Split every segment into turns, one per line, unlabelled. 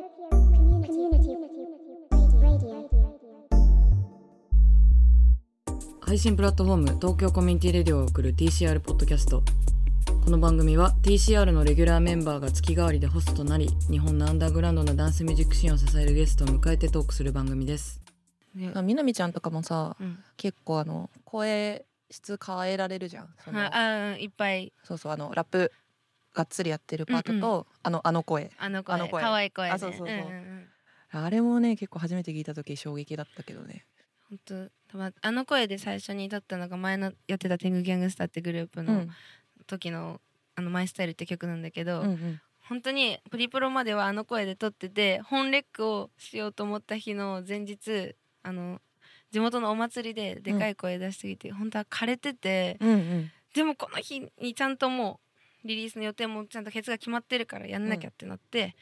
Community. Radio.
配信プラットフォーム東京コミュニティレディオを送る TCR ポッドキャストこの番組は TCR のレギュラーメンバーが月替わりでホストとなり日本のアンダーグラウンドのダンスミュージックシーンを支えるゲストを迎えてトークする番組です
ねあみなみちゃんとかもさ、
うん
結構あの声質変えられるじゃんその
はい、あうんいっぱい
そうそうあのラップがっつりやってるパートと、あのあの声
あの声
あの声
可愛い声、ね、
あそうそうそうん
んん
あれもね結構初めて聞いた時衝撃だったけどね
本当たまあの声で最初に立ったのが前のやってた「天狗ギャングスター」ってグループ
う
の
ん
時の「あのマイスタイル」って曲なんだけ
う
ど、
んうん
本当にプリプロまではあの声で撮ってて本レックをしようと思った日の前日あの地元のお祭りででかい声出しすぎて、本当は枯れてて
うんうん
でもこの日にちゃんともうリリースの予定もちゃんとケツが決まってるからやんなきゃってなって、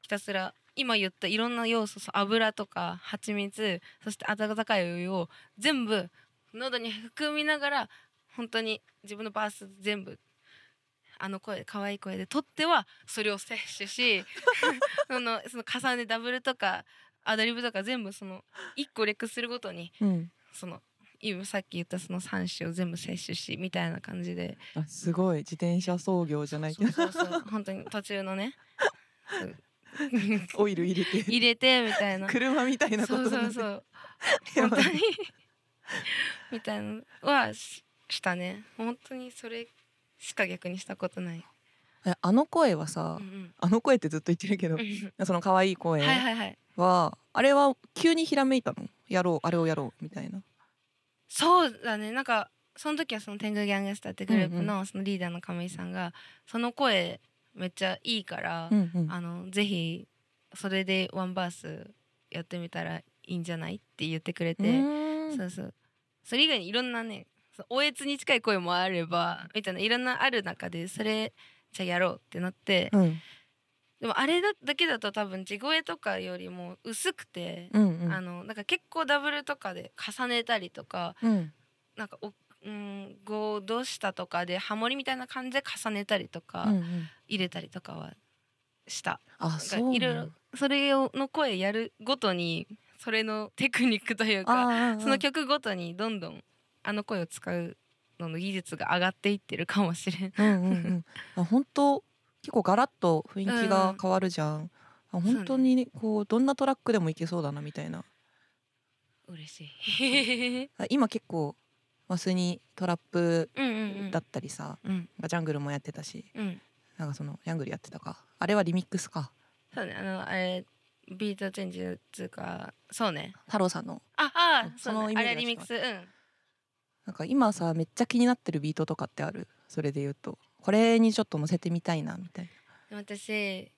ひたすら今言ったいろんな要素そう油とか蜂蜜そして温かいお湯を全部喉に含みながら本当に自分のバース全部あの声可愛い声でとってはそれを摂取しそのその重ねダブルとかアドリブとか全部その1個レックするごとに
うん
その今さっき言ったその3種を全部摂取しみたいな感じで
あすごい自転車操業じゃないけ
そう
ど
そうそう 本当に途中のねそう
オイル入れて
入れてみたいな
車みたいなこ
そ
と
うそう
う
そう
や
本当
ばい
にみたいなのはししたね本当にそれしか逆にしたことない、
えあの声はさ、
うん
あの声ってずっと言ってるけど
うん、うん
その可愛い声は、
はいはいはい
あれは急にひらめいたのやろうあれをやろうみたいな
そうだねなんかその時はその天狗ギャングスターってグループのそのリーダーの亀井さんがその声めっちゃいいから、
うんうん
あのぜひそれでワンバースやってみたらいいんじゃないって言ってくれ
う
て、
ーん
そうそうそれ以外にいろんなねそうおえつに近い声もあればみたいないろんなある中でそれじゃあやろうってなって、
うん
でもあれだだけだと多分地声とかよりも薄くて、
うんうん
あのなんか結構ダブルとかで重ねたりとか
うん
なんかおうん5度下とかでハモリみたいな感じで重ねたりとか、
うんうん
入れたりとかはした。
あ
な
そ
ん
う
かいろいろそれの声やるごとにそれのテクニックというかその
曲
曲ごとにどんどんあの声を使うのの技術が上がっていってるかもしれん。
うんうんうんあ本当結構ガラッと雰囲気が変わるじゃん、あ本当にねこうどんなトラックでもいけそうだなみたいな
嬉しい。
あ今結構マスにトラップ
うんうんうん。
だったりさ、
うん
なんかジャングルもやってたし
うん。
なんかそのジャングルやってたかあれはリミックスか
そうねあのあれビートチェンジっていうかそうね。
太郎さんの
ああ
うん
そ
その
う
イ
ね
メ
あ
ージが
れリミックスうん。
なんか今さめっちゃ気になってるビートとかってあるそれで言うとこれにちょっと乗せてみたいなみたい
でも私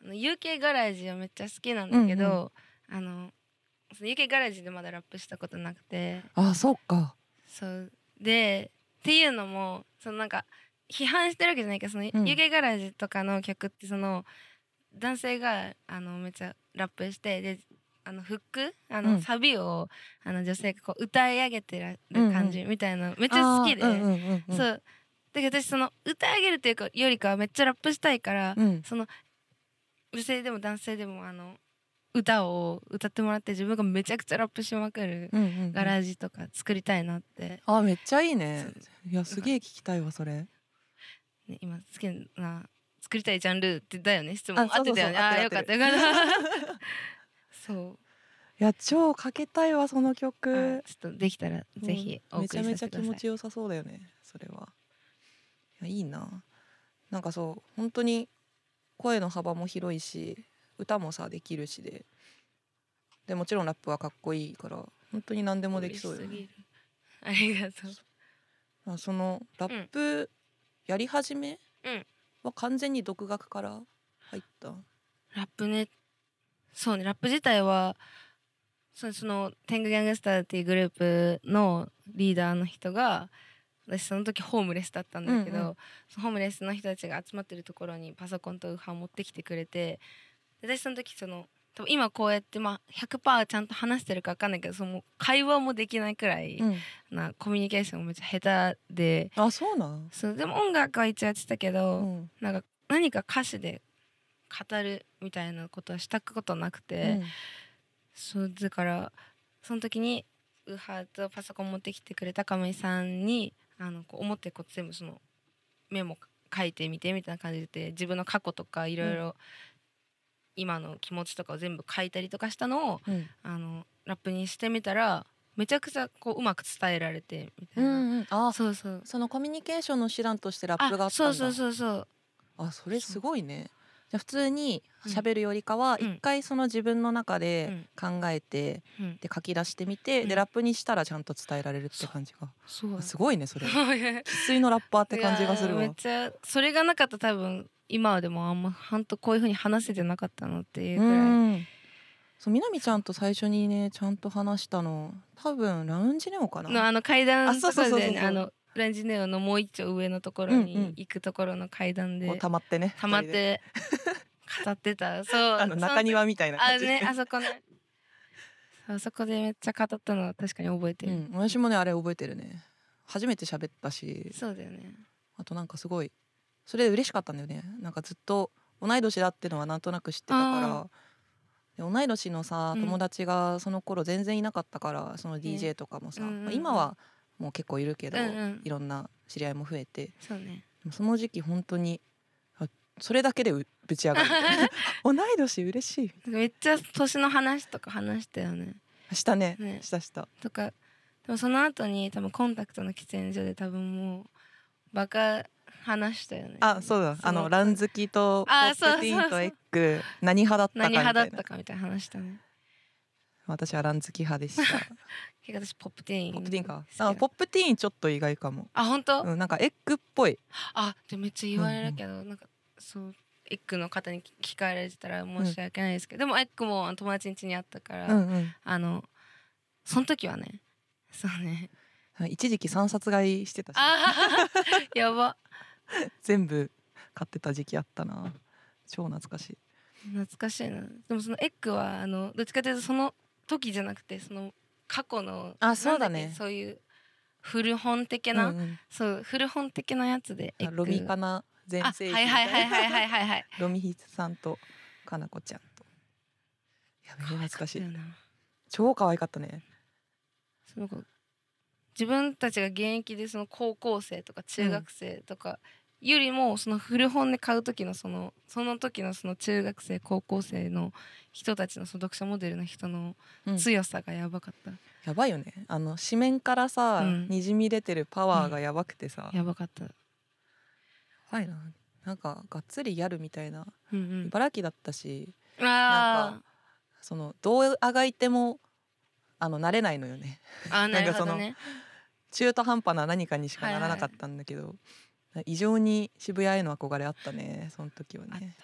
あの UK ガラージはめっちゃ好きなんだけど、あのその UK ガラージでまだラップしたことなくて
なあそうか
そうでっていうのもそのなんか批判してるわけじゃないけどその、
ん
湯気ガラージとかの曲ってその男性があのめっちゃラップしてであのフックあの、
うん
サビをあの女性がこう歌い上げてらる感じみたいな、めっちゃ好きで、
あーうんうんうん、、
そううだけど私その歌い上げるというかよりかはめっちゃラップしたいから、
うん、
その女性でも男性でもあの歌を歌ってもらって自分がめちゃくちゃラップしまくる
うんうんうん
ガラージとか作りたいなって
あめっちゃいいね
そ
いやすげえ聞きたいわそれ
ね、今好きな作りたいジャンルってだよね質問
あ
あ
そ
っ
うそ
て
うそ
たよ
う
ねああ
合
ー
っ
よ
てる
かったよかった そう
いや超かけたいわその曲
あちょっとできたらぜひお
め
送
ちゃ
り
め
さ
ち
せてくだ
ゃ気
さい
持ちよさそうだよねそれはいやいいななんかそう本当に声の幅も広いし歌もさできるしででもちろんラップはかっこいいから本当に何でもできそうよ
嬉
ね
しすぎるありがとう
まあそのラップやり始め
うん
は完全に独学から入った
ラップねそうねラップ自体はそその天狗ギャングスターっていうグループのリーダーの人が私その時ホームレスだったんだけど、
うんう
そのホームレスの人たちが集まってるところにパソコンとウーハーを持ってきてくれてで私その時その多分今こうやって、まあ、100%ちゃんと話してるか分かんないけどその会話もできないくらい
うん
なコミュニケーションもめっちゃ下手で
あそうなん
そうでも音楽は一応やってたけど、
うん
なんか何か歌詞で語るみたいなことはしたことなく
う
て、
ん
そうだからその時にウーハーとパソコン持ってきてくれた亀井さんにあのこう思ってること全部そのメモ書いてみてみたいな感じで自分の過去とかいろいろ今の気持ちとかを全部書いたりとかしたのを
うん
あのラップにしてみたらめちゃくちゃこううまく伝えられてみた
う
いな、
んうんあ
そうそう
そのコミュニケーションの手段としてラ
あ
ップがあったん
そ
だ
うそうそうそう
あそれすごいねじゃあ普通に
うん
喋るよりかは
うん
一回その自分の中で考えて、
うん
で書き出してみて、
うん
でラップにしたらちゃんと伝えられるって感じが、
そう
あすごいねそれ生粋のラッパーって感じがするわ
いやーめっちゃそれがなかったら多分今はでもあんまほんとこういう風に話せてなかったのっていう
う
ぐらい、
んそうみなみちゃんと最初にねちゃんと話したの多分ラウンジネオかな
のあの階段
あそ
と
うそ
か
うそうそう
でねあのランジネオのもう一丁上のところ
うんうん
に行くところの階段で、
こう溜まってね
たまっ
二人で
て語ってたそう
あの中庭みたいな
あ
感じで
ねあそこねそうあそこでめっちゃ語ったのは確かに覚えて
う
る、
ん、私もねあれ覚えてるね初めて喋ったし
そうだよね
あとなんかすごいそれで嬉しかったんだよねなんかずっと同い年だってのはなんとなく知ってたからで同い年のさ
うん
友達がその頃全然いなかったから、その
ね
DJ とかもさ、
うんうんうん
まあ今はもう結構いるけど、
うんうん
いろんな知り合いも増えて
そうね
その時期本当にあそれだけでうぶち 上がる同い年嬉しい
めっちゃ年の話とか話したよね
したね
ね
したした
とかでもその後に多分コンタクトの喫煙所で多分もうバカ話したよね
あそうだあのラン好きとポ
あ
ッ
そうそう
プティーンとエッグ何派だったか
何
みた
派だっ
い
た
な
かみたいな話したね
私はラン好き派 でした
結構私ポップティーン
ポップティーンか
好きだ
あポップティーンちょっと意外かも、
あ本当、
うん、なんかエッグっぽい
あでめっちゃ言われるけど、なんかそうエッグの方に聞かれてたら申し訳ないですけど、でもエッグもあの友達ん家にあったから、
うん
あのその時はねそう ね
うん一時期3冊買いしてたし
あーやば
全部買ってた時期あったな超懐かしい
懐かしいなでもそのエッグはあのどっちかというとその時じゃなくてその過去の
あそうだね
なんっけそういう古本的な、
うんうん
そう古本的なやつでエッ
あ
グ
ロミカナ全
あ
盛期
はいはいはいはいはいはいはい
ロミヒさんとかなこちゃんといやめっ ちゃ懐かし
可愛
い
かったよな
超可愛かったね
その子自分たちが現役でその高校生とか中学生とかよりもその古本で買う時のそのその時のその中学生高校生の人たちのその読者モデルの人の
うん
強さがやばかった、
やばいよねあの紙面からさ、
うん
にじみ出てるパワーがやばくてさ、や
やばかった、
ばいななんかがっつりやるみたいな
うん
茨城だったし
うん、あ
そのどうあがいてもあの慣れないのよね
ーあー
な
なん
か
る
そ
ほ
の
どね
中途半端な何かにしかならなかったんだけど、異常に渋谷への憧れあったねその時は
あった
ね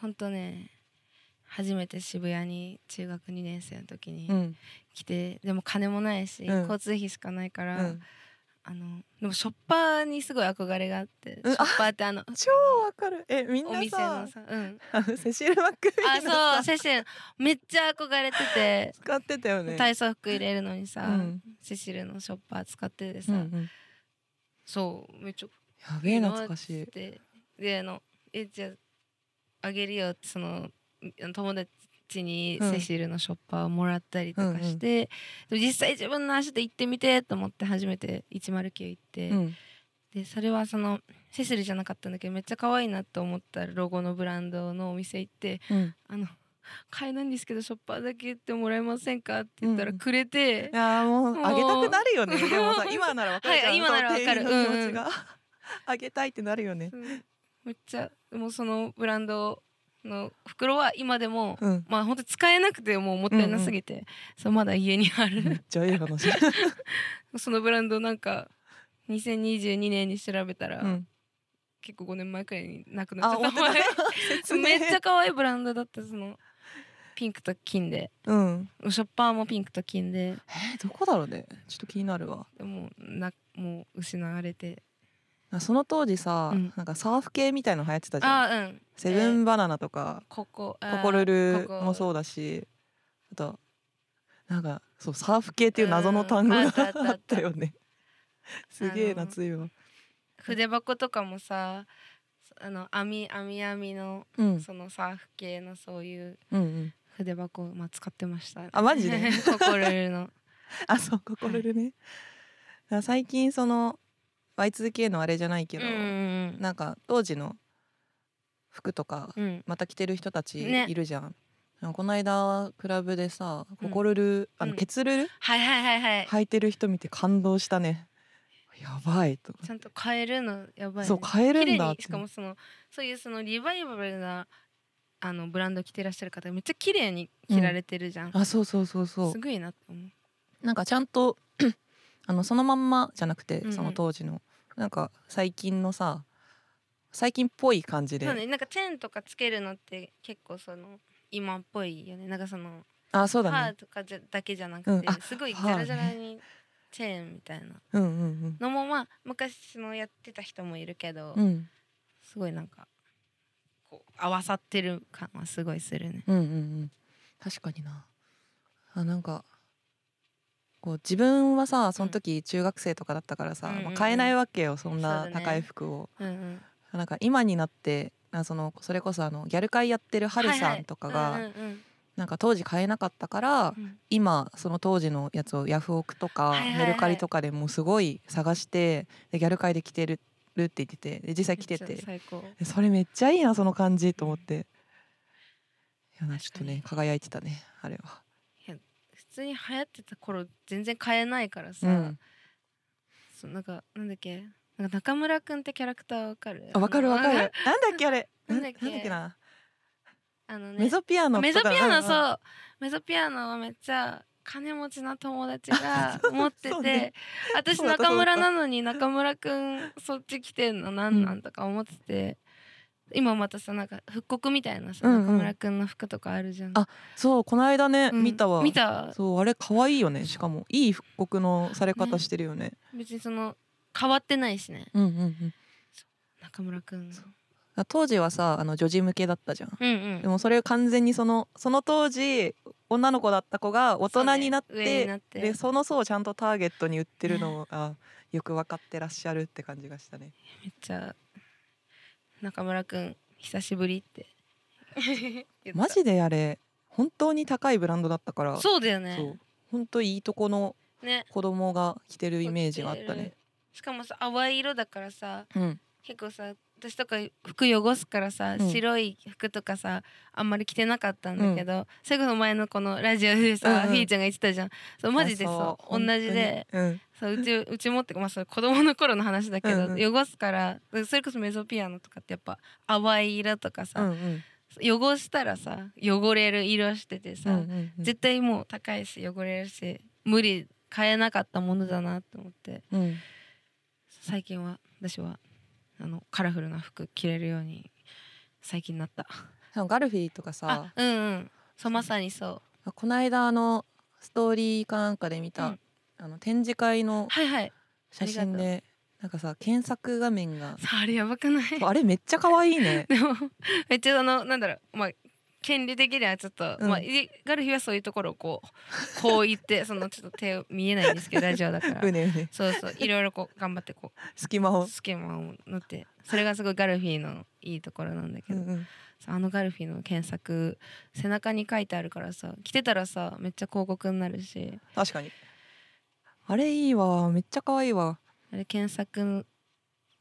本当ね初めて渋谷に中学2年生の時に
うん、
来て、でも金もないし、
うん
交通費しかないか
う
ら、
ん、
あのでもショッパーにすごい憧れがあって、
うん
ショッパーってあの
超わかるえみん
お
な
店
さ
のさ、 うん、
あのセシル・マックビーの
あそう
さ
セシルめっちゃ憧れてて、
使ってたよね
体操服入れるのにさ、
うん
セシルのショッパー使ってて
う
さ、
んうん、
そうめっちゃ
やべえ懐かしい
でであのえじゃああげるよってその友達に
うん
セシルのショッパーをもらったりとかして、でも実際自分の足で行ってみてと思って初めて109行って、
うん
でそれはそのセシルじゃなかったんだけどめっちゃ可愛いなと思ったロゴのブランドのお店行って
うん、
「あの買えないんですけどショッパーだけ売ってもらえませんか?」って言ったら
うん
くれて、
いやーもう
もう
あげたくなるよねで もさ今ならわかるじゃん、
はい今ならわかる
その店員の気持ち
う
が あげたいってなるよね
うんめっちゃでもそのブランドの袋は今でも、
うん
まあ本当使えなくてもうもったいなすぎて、そうまだ家にあ
めっ
る
ちゃいい話、
そのブランドなんか2022年に調べたら、
うん、
結構5年前くらいになくなっ
あ
ちゃ
本
っ
当だ
た めっちゃ可愛いブランドだったそのピンクと金で
うん
ショッパーもピンクと金で
えーどこだろうねちょっと気になるわ
でもなもう失われて
なんかその当時さ、
うん
なんかサーフ系みたいの流行ってたじゃん
あーうん
セブンバナナとか、
ここあー
ココルル
ここ
もそうだしあとなんかそうサーフ系っていう謎の単語
うんあ
が
ったあったあった
あったよねすげえ
あの
夏いわ
筆箱とかもさあの網網網の
うん
そのサーフ系のそういう
うんうん
筆箱を、まあ、使ってました
あマジで
心得の
あそう心でね、だから最近その Y2K のあれじゃないけ
うん
ど、
うん
なんか当時の服とか
うんうん
また着てる人たち
ね
いるじゃん、なんかこの間クラブでさ「
うん
ココルル」あの
うん
ケツルル、
はいはいはいはい
履いてる人見て感動したねやばいとか
ちゃんと変えるのやばい、ね、
そう変えるん
綺
だ
麗
っ
に
て
しかもそのそういうそのリバイバルなあのブランド着てらっしゃる方めっちゃ綺麗に着られてるじゃん、
あそうそうそうそ
すごいなって思う
うなんかちゃんと あのそのまんまじゃなくて
うんうん
その当時の、なんか最近のさ最近っぽい感じで、
そうねなんかチェーンとかつけるのって結構その今っぽいよねなんかその
あそう
パ
だ
ー
ね
とかじゃだけじゃなくて、
うんあ
すごい
フ
ジ
ァーね
ャラジャラにチェーンみたいな
うんうん
のもまあ昔のやってた人もいるけど、
うんうん
すごいなんかこう合わさってる感はすごいするね。
うんうんうん確かになあなんかこう自分はさその時中学生とかだったからさ、
うんうん
ま
う
あ、
ん
買えないわけよそん
そう
な
だね
高い服を、
うんうん、
なんか今になってあそのそれこそあのギャル会やってるはるさんとか
はい
が
はいうんうん
なんか当時買えなかったから
うんうん
今その当時のやつをヤフオクとか
はいはいはい
メルカリとかでもうすごい探してでギャル会で着てるるって言っててで実際着て
めってちゃ最高
でそれめっちゃいいなその感じと思っていやなちょっ
確
と
かに
ね輝いてたねあれは。
普通に流行ってた頃全然買えないからさ、
うん
そうなんかなんだっけなんか中村くんってキャラクターわかる
あわかるわかる。なんだっけあれ。な
なんん
だ
だ
っ
っ
け
け
な。
あのね
メゾピアノとか。
メゾピアノ
うんうん。
そうメゾピアノはめっちゃ金持ちな友達 が持って
そう
て、
ね
私
そうだ
中村
そうだ
なのに中村くんそっち来てんのなんなんとか思ってて、今またさなんか復刻みたいなさ、
うんう
中
ん
村くんの服とかあるじゃん
あそうこの間ね
うん
見たわ。
見た
そうあれ可愛いよねしかもいい復刻のされ方してるよね
別にその変わってないしね
うんうんうん
中村くん
当時はさあの女児向けだったじゃん
うん
で
うん
もそれ完全にそのその当時女の子だった子が大人になっ
そ
て,、
うね上になって
でその層をちゃんとターゲットに売ってるのも、あよく分かってらっしゃるって感じがしたね
めっちゃ中村くん久しぶりって言った
マジであれ本当に高いブランドだったから
そうだよね
そう本当いいとこの
ね
子供が着てるイメージがあったね
しかもさ淡い色だからさ
うん
結構さ私とか服汚すからさ、
うん
白い服とかさあんまり着てなかったんだけど、それこそ前のこのラジオでさ、
うんうん
ひーちゃんが言ってたじゃんそうマジで
あ
そう
そ
同
う
じで
本当にうん
そううちうちもってかまあそれ子供の頃の話だけど、
うんう
汚すからそれこそメゾピアノとかってやっぱ淡い色とか
うん
さ、汚したらさ汚れる色してて
う
さ、
んうんうん
絶対もう高いし汚れるし無理買えなかったものだなと思って
うん
最近は私はあのカラフルな服着れるように最近なった
でもガルフィーとか
あ
さ
うんうんそうまさにそ
この間あのストーリーかなんかで見た、
うん
あの展示会
う
の
はいはい
写真でなんかさ検索画 面が
そうあれやばくない
あれめっちゃ可愛いね
でもめっちゃあのなんだろうまあ権利的にはちょっと、
うん
まあいガルフィはそういうところをこうこう言って そのちょっと手見えないんですけど大丈夫だから
うねう ね
そうそういろいろこう頑張ってこ
隙間を
う、スケマを塗ってそれがすごいガルフィのいいところなんだけ
う
ど、
んうん、
さあのガルフィの検索背中に書いてあるからさ着てたらさめっちゃ広告になるし
確かにあれいいわめっちゃ可愛いわ
あれ検索の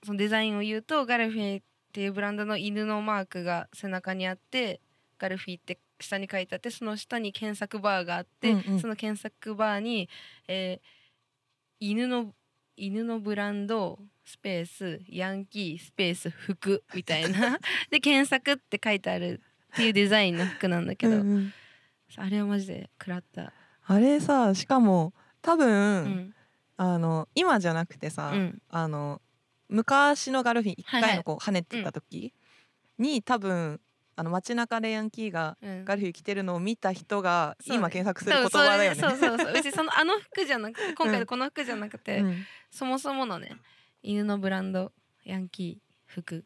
そのデザインを言うとガルフィっていうブランドの犬のマークが背中にあってガルフィって下に書いてあってその下に検索バーがあって、
うんうん
その検索バーに、えー犬の犬のブランドスペースヤンキースペース服みたい なで検索って書いてあるっていうデザインの服なんだけど、
うんうん
あれはマジで食らった。
あれさしかも多分、
うん。
あの今じゃなくてさ、
うん。
あの昔のガルフィン一
は
回
いは
の
い
こう跳ねてた時に、多分あの街中でヤンキーが
うん
ガルフィン着てるのを見た人が
そうね
今検索する
多分
言
そ
葉だ
れ
よ
でそう
ね。
そうそう。うちそのあの服じゃなくて、今
うん
回この服じゃなくて、
うん
そもそものね、犬のブランドヤンキー服。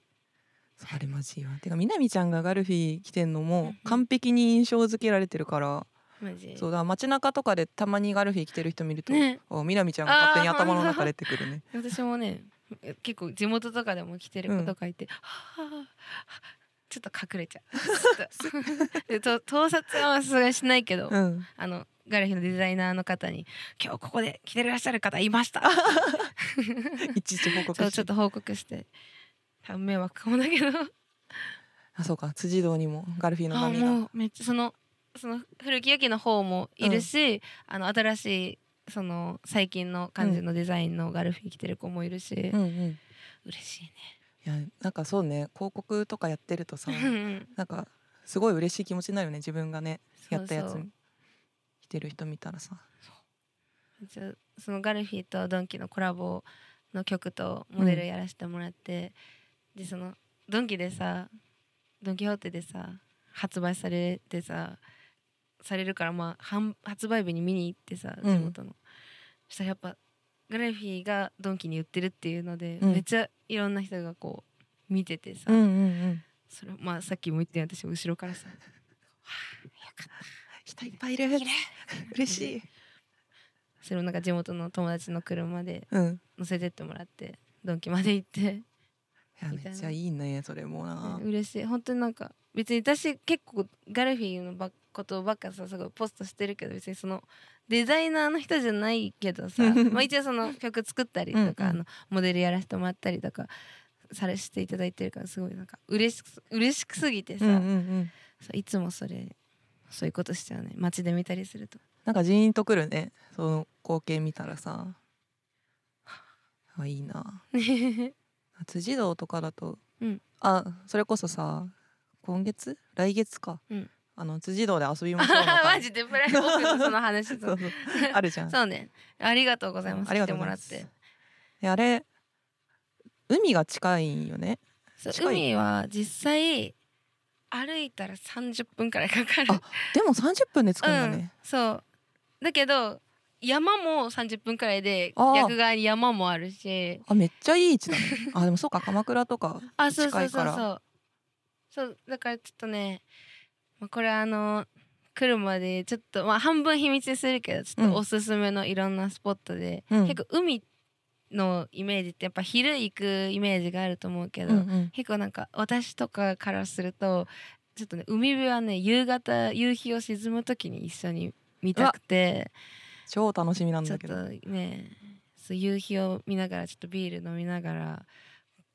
そうあれマジよてか南ちゃんがガルフィン着てんの
うんう
も
ん
完璧に印象付けられてるから、
マジ。
そうだから街中とかでたまにガルフィン着てる人見ると、
ね
お南ちゃんが勝手に頭の中出てくるね。
私もね、結構地元とかでも来てる子とかいて、はぁはぁはぁちょっと隠れちゃうちょっとでと盗撮はさすがにしないけど、
うん、
あのガレヒのデザイナーの方に「今日ここで着てらっしゃる方いま した」
いちいち報告
そう
し
ちょってと報告して多分迷惑かもだけど
あそうか辻堂にもガルフィーの
あ
髪が
もうめっちゃそのその古き良きの方もいるし、あの新しいその最近の感じのデザインのガルフィー着てる子もいるし、
うんうん
嬉しいね
いやなんかそうね広告とかやってると さなんかすごい嬉しい気持ちになるよね自分がねやったやつ
そうそう
着てる人見たらさ
じゃあそのガルフィーとドンキのコラボの曲とモデルやらせてもらって、でそのドンキでさドン・キホーテでさ発売されてさされるからまあ販発売日に見に行ってさ
うん
地元の、そしたらやっぱガルフィーがドンキに売ってるっていうので、
うん
めっちゃいろんな人がこう見ててさ、
うんうん
それまあさっきも言ったように私後ろからさ
人いっぱいいる嬉しい
それをなんか地元の友達の車で
うん
乗せてってもらってドンキまで行って。
いやめ
みたいな
っちゃいいねそれもな
ね嬉しい本当になんか別に私結構ガルフィーのばことばっかさすごいポストしてるけど別にそのデザイナーの人じゃないけど さまあ一応その曲作ったりとか、
うんうん
あのモデルやらせてもらったりとかされしていただいてるからすごいなんか嬉しく嬉しくすぎてさ、
うんうんうん
そういつもそれそういうことしちゃうね街で見たりすると
なんかジーンとくるねその光景見たらさあいいな辻堂とかだと、
うん
あそれこそさ今月来月か、
うん
あの辻堂で遊びましょうの会
マジでプライベートのその話
そ
と
うそうあるじゃん
そうねありがとうございます
あ
来
りが
て
とう
も
ござ
らっ
います
て
であれ海が近いよね
そう
近い
海は実際歩いたら30分くらいかかる
あでも30分で着くんだ
うん
ね、、
そうだけど山も30分くらいで
あー
逆側に山もあるし
あめっちゃいい位置だねあでもそうか鎌倉とか
あそうそ
近
う
い
そ
か
う
ら
そうそうだからちょっとね、まあ、これはあの来るまでちょっとまあ半分秘密にするけどちょっ
うん
とおすすめのいろんなスポットで、
うん
結構海のイメージってやっぱ昼行くイメージがあると思うけど、
うんうん
結構なんか私とかからするとちょっとね海辺はね夕方夕日を沈む時に一緒に見たくて
超楽しみなん
ちょ
だ
っ
け
と
ど
ねそう夕日を見ながらちょっとビール飲みながら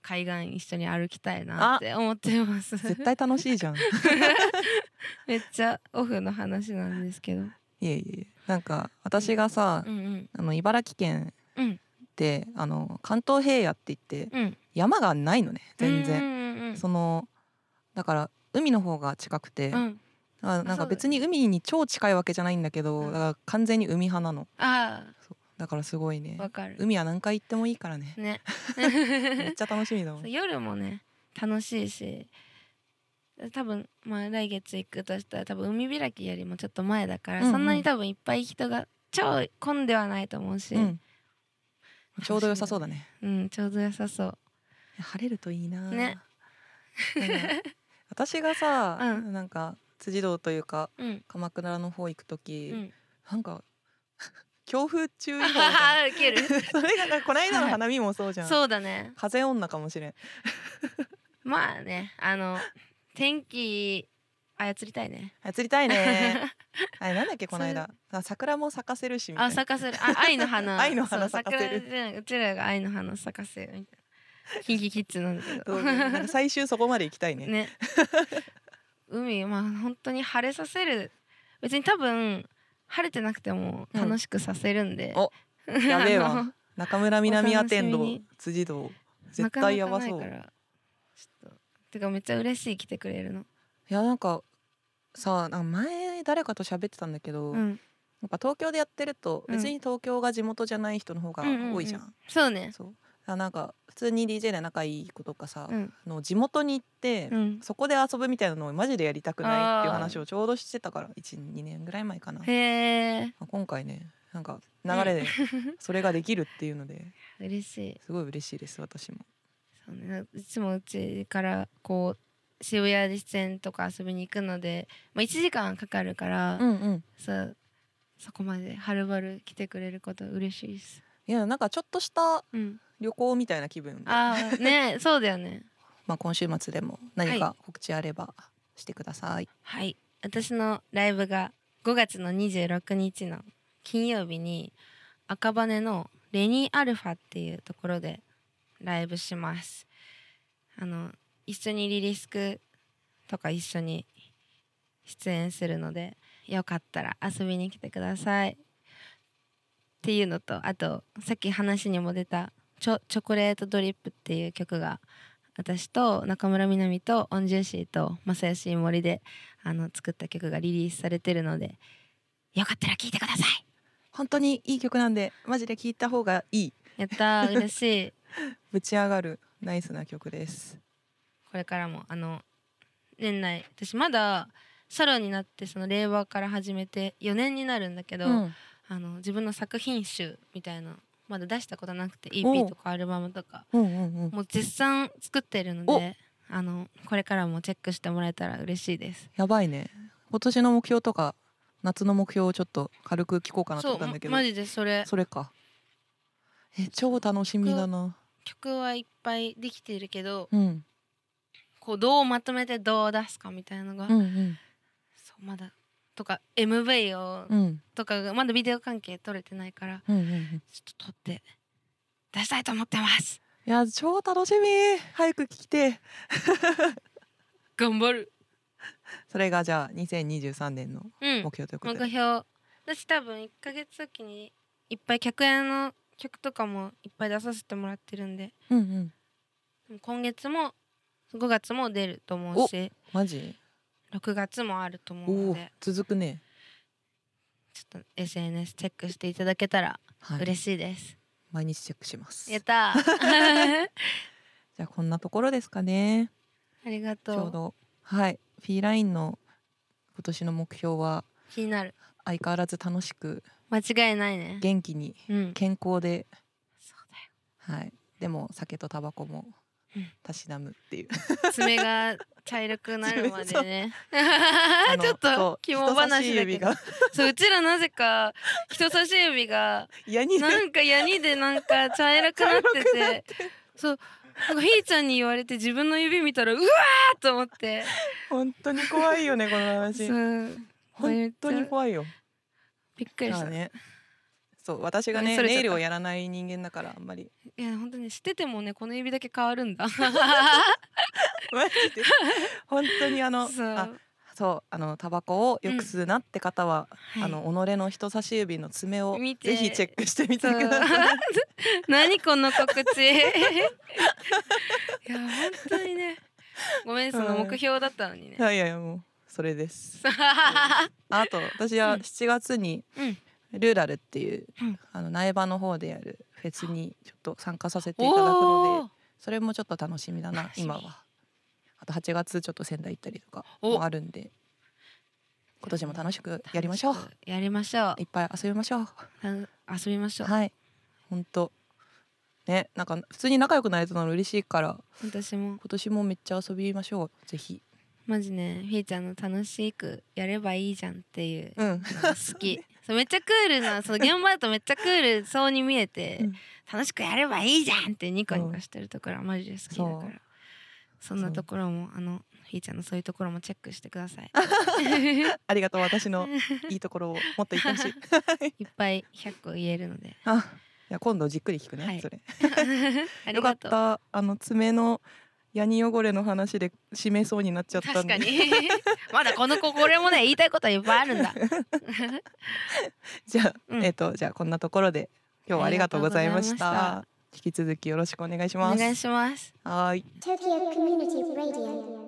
海岸一緒に歩きたいなって思ってます
絶対楽しいじゃんい
めっちゃオフの話なんですけど
えいえなんか私がさ、
うんうん
あの茨城県
うん
であの関東平野って言って
うん
山がないのね全然、
うんうんうん
そのだから海の方が近くて、
うん
あなん
そ
か
う
別に海に超近いわけじゃないんだけど、
うん
だから完全に海派なの
あ
だからすごいね
あわかる
海は何回行ってもいいからね
ね
めっちゃ楽しみだもん
そ う夜もね楽しいし多分まあ来月行くとしたら多分海開きよりもちょっと前だから、
うんうん
そんなに多分いっぱい人が超混んではないと思うし、
う
うん
ん、ちょうど良さそうだね
ちょうど良さそう
晴れるといいな、
ね
なんか私がさ、
うん
なんか辻堂というか
うん
鎌倉の方行く時、
うん
なんか 強風注意報みたいな
あウケる
それがなんかこの間の花見もそうじ ゃん、
そうだね
風女かもしれん
まあねあの天気操りたいね
あ釣りた いねあれなんだっけこの間あ桜も咲かせるしみた
あ
いな
咲かせるあ愛の花
愛の花
そう
咲かせる
桜じゃないうちらが愛の花咲かせるみたいなキンキキッズなんだけ
そ
ど
うねなんか最終そこまで行きたいね
ね海まあ本当に晴れさせる別に多分晴れてなくても楽しくさせるんで、
おやべえ
あ
わ
の
中村南アテン
お
ド
楽しみに
辻堂絶対やばそう
なかなかないからちょっとてかめっちゃ嬉しい来てくれるの
いやなんかさなんか前誰かと喋ってたんだけど、
う
や
ん
っぱ東京でやってると
うん
別に東京が地元じゃない人の方が多いじゃん,、
うそうね
そうあなんか普通に DJ で仲いい子とかさ、
うん
あの地元に行って、
うん
そこで遊ぶみたいなのをマジでやりたくないっていう
あー
話をちょうどしてたから12年ぐらい前かな、
へえ
まあ今回ねなんか流 れでそれができるっていうので
嬉しい
すごい嬉しいです私も。
そう、ね、いつもうちからこう渋谷で出演とか遊びに行くので、まあ、1時間かかるから、
うんうん、
そうそこまではるばる来てくれること嬉しいです
いやなんかちょっとした
うん
旅行みたいな気分で
ああねそうだよね
まあ、今週末でも何か告知あればしてください。
はい私のライブが5月の26日の金曜日に赤羽のレニーアルファっていうところでライブしますあの一緒にリリスクとか一緒に出演するのでよかったら遊びに来てくださいっていうのとあとさっき話にも出たチョ「チョコレートドリップ」っていう曲が私と中村みなみとオンジューシーと正義森であの作った曲がリリースされてるのでよかったら聴いてください
本当にいい曲なんでマジで聴いた方がいい
やったー嬉しい
ぶち上がるナイスな曲です。
これからもあの年内私まだソロになってその令和から始めて4年になるんだけど、
うん
あの自分の作品集みたいなまだ出したことなくて
お
EP とかアルバムとか
うんうんうん、
もう絶賛作っているのであのこれからもチェックしてもらえたら嬉しいです
やばいね今年の目標とか夏の目標をちょっと軽く聞こうかなと
そう
思ったんだけど
マジでそれ
それかえ超楽しみだな。
曲はいっぱいできているけど
うん
こうどうまとめてどう出すかみたいなのが、
うんうん
そうまだとか MV を、
うん
とかがまだビデオ関係撮れてないから
うんうんうん
ちょっと撮って出したいと思ってます
いや超楽しみ早く聴きて
頑張る
それがじゃあ2023年の
うん
目標ということ
目
で、
標私多分1ヶ月おきにいっぱい客演の曲とかもいっぱい出させてもらってるんで
うんうん、
でも今月も5月も出ると思うし
マジ
6月もあると思う
お
の
お
で
続くね、
ちょっと SNS チェックしていただけたら
はい、
嬉しいです、
毎日チェックします。
やった ー
じゃあこんなところですかね。
ありが
ちょう
とう
どはい、フィーラインの今年の目標は
気になる
相変わらず楽しく
間違いないね
元気に
うん
健康で、
そう
はい、でも酒とタバコも
うん
たしなむっていう。
だよ爪が茶色くなるまでね
あの
ちょっ
そう
と肝話
人差し
だけ
指
ど
が
そううちらなぜか人差し指 が
嫌にな
な
る。
んかヤニでなんか茶色くな っててそうなんかひーちゃんに言われて自分の指見たらうわーと思って
本当に怖いよねこの
そ
話。
う
本当に怖いよ。
びっくり
じゃ
し
あ
た、
ね。そう私が
ごめんそ
ね
れちゃっ
ネ
た
イルをやらない人間だからあんまり
いや本当にしててもねこの指だけ変わるんだ
マジ で本当 にあの
そう
あそうあのタバコをよく吸うなって方は、
うん
あの己の人差し指の爪を
見て
ぜひチェックしてみて
そう
ください。
何この告 知いや本当にねごめんその目標だったのにね、
いやいやもうそれです。あと私は
うん
7月に
うん
ルーラルっていう、
うん
あの苗場の方でやるフェスにちょっと参加させていただく
お
の
ー
で、それもちょっと楽しみだな
楽しみ
今は。あと8月ちょっと仙台行ったりとか
お
もあるんで、今年も楽しくやりましょう。
やりましょう
いっぱい遊びましょう。
た遊びましょう
はい本当ねなんか普通に仲良くなれたの嬉しいから
私も
今年もめっちゃ遊びましょうぜひ
マジねひーちゃんの楽しくやればいいじゃんっていう
う ん
好きそうめっちゃクールな その現場だとめっちゃクールそうに見えて、
うん
楽しくやればいいじゃんってニコニコしてるところはマジで好きだから、
そう
そんなところもあのひーちゃんのそういうところもチェックしてください
ありがとう 私のいいところをもっと言ってほしい
いっぱい100個言えるの で
あいや今度じっくり聞くね、
はい
それ
あり
よか
が
っ
とう
たあの爪のヤニ汚れの話で締めそうになっちゃった
確
ん
か
で
に まだこの子これもね言いたいことはいっぱいあるんだ
じゃあ、
うん
えっ、とじゃあこんなところで今日はありがとうございました
ありがとうございま
引き続きよろしくお願いし
お
ます
願いします
はーい
Tokyo Community Radio.